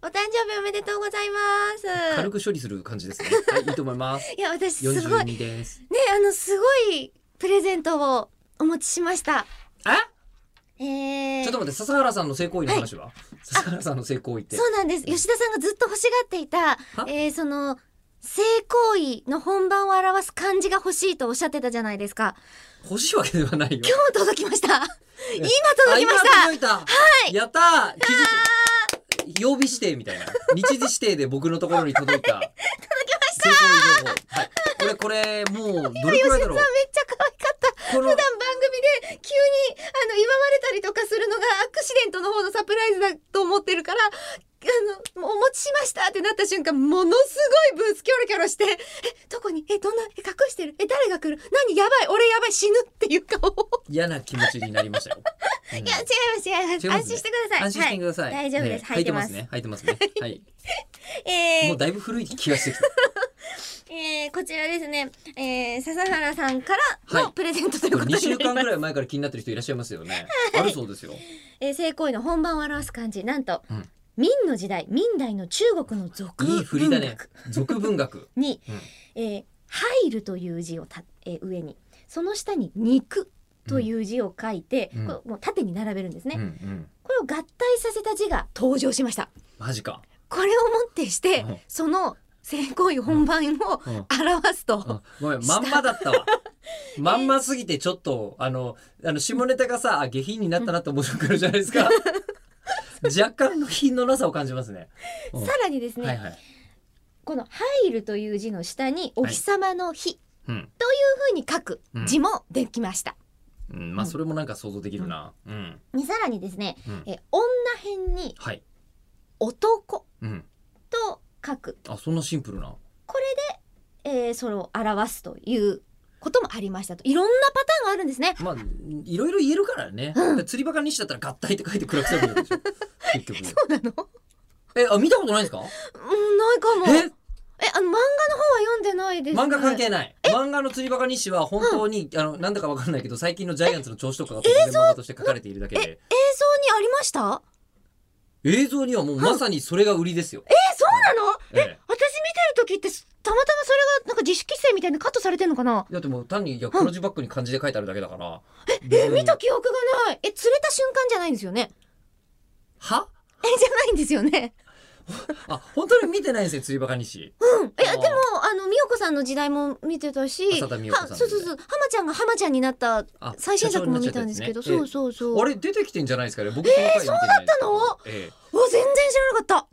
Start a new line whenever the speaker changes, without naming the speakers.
お誕生日おめでとうございます。
軽く処理する感 じですね。はい、いいと思います。
いや、私す
四十
ごい、ね、
二です。
あの、すごいプレゼントをお持ちしました。
え？
えー、
ちょっと待って、笹原さんの性行為の話は？笹原さんの性行為って。
そうなんです。吉田さんがずっと欲しがっていた、えー、その、性行為の本番を表す漢字が欲しいとおっしゃってたじゃないですか。
欲しいわけではないよ。
今日も届きました。今
え
届きまし
あ今
た。
届いた。
い
やったー。日付曜日指定みたいな。日時指定で僕のところに届 いた。届きました。はい。これこれもうどれ
吉田
く
さ
ら
ん
い
め
だ
っ
ろう。
ちゃ可愛かった。
こ
普
の
段番組で急にあの祝われたりとかするのがアクシデントの方のサプライズだと思ってるから。あのお持ちしましたってなった瞬間ものすごいブースキョロキョロしてえどこにえどんなえ隠してるえ誰が来る何やばい俺やばい死ぬっていう顔を
嫌な気持ちになりましたよ。う ん
いや違います違います
違います
安心してください
安心してください。
はい大丈夫です
ね
入ってます
ね。入ってますね。はい。
はい、 えー
もうだいぶ古い気がしてきた。
えーこちらですね、えー、笹原さんから
は
の
い
プレゼントという
こ
こ
れ
とに
2
なり
週
ます、
間ぐらい前から気になってる人いらっしゃいますよね。あるそうですよ。
えー性行為の本番を表す漢字なんと、
うん
明の時代明代の中国の俗
いい振りだ
文
ね
学。
俗文学。
に、
うん
えー入る」という字をた、えー上にその下に「肉」という字を書いて、
うん
これもう縦に並べるんですね、
うんうん。
これを合体させた字が登場しました
マジか。
これをもってして、
うん
その性行為本番を
うん
表すと、
あごめん、まんまだったわ。まんますぎてちょっと、あの、あの、下ネタがさ、あ下品になったなって面白くなるじゃないですか。若干の品のなさを感じますね。うん
さらにですね、
はいはい。
この「入る」という字の下に「お日様の日」
うん。
というふうに書く
うん
字もできました。
うん、まあ、それもなんか想像できるな。うん。
でさらにですね、
うん
え女編に
はい。
「男
うん。」
と書く、
あ、そんなシンプルな。
えーそれを表すということもありましたといろんなパターンがあるんですね。
まあ、いろいろ言えるからね。釣りバカにしちゃったら合体って書いて暗くされるで しょ。結局。
そうなの、
え、あ、見たことないんですか
うん、ないかもえ
え
あの漫画の方は読んでないです、ね、
漫画関係ない。漫画の釣りバカ日誌は本当に、あの、なんだかわかんないけど、最近のジャイアンツの調子とかが突然漫画として書かれているだけで、
映像にありました
映像にはもうまさにそれが売りですよ。
えそうなの、え
ええ
私見てる時ってたまたまそれがなんか自主規制みたいにカットされてんのかな
だってもう単に、いや、黒字バックに漢字で書いてあるだけだから。
え
別に
見た記憶がないえ釣れた瞬間じゃないんですよね
は
えじゃないんですよね
あ、本当に見てないんですよ、釣りバカ日誌。
うんえ
あ
で
ー
もあの美代子さんの時代も見てたし
浅田美代子さ
は
んの時代
そうそうそう浜ちゃんが浜ちゃんになった
あ
最新作も見たんですけど、そう
う。
そうそう
あれ出てきてんじゃないですかね。僕この回見てないんですけど。
そうだった
ええ
うわ全然知らなかった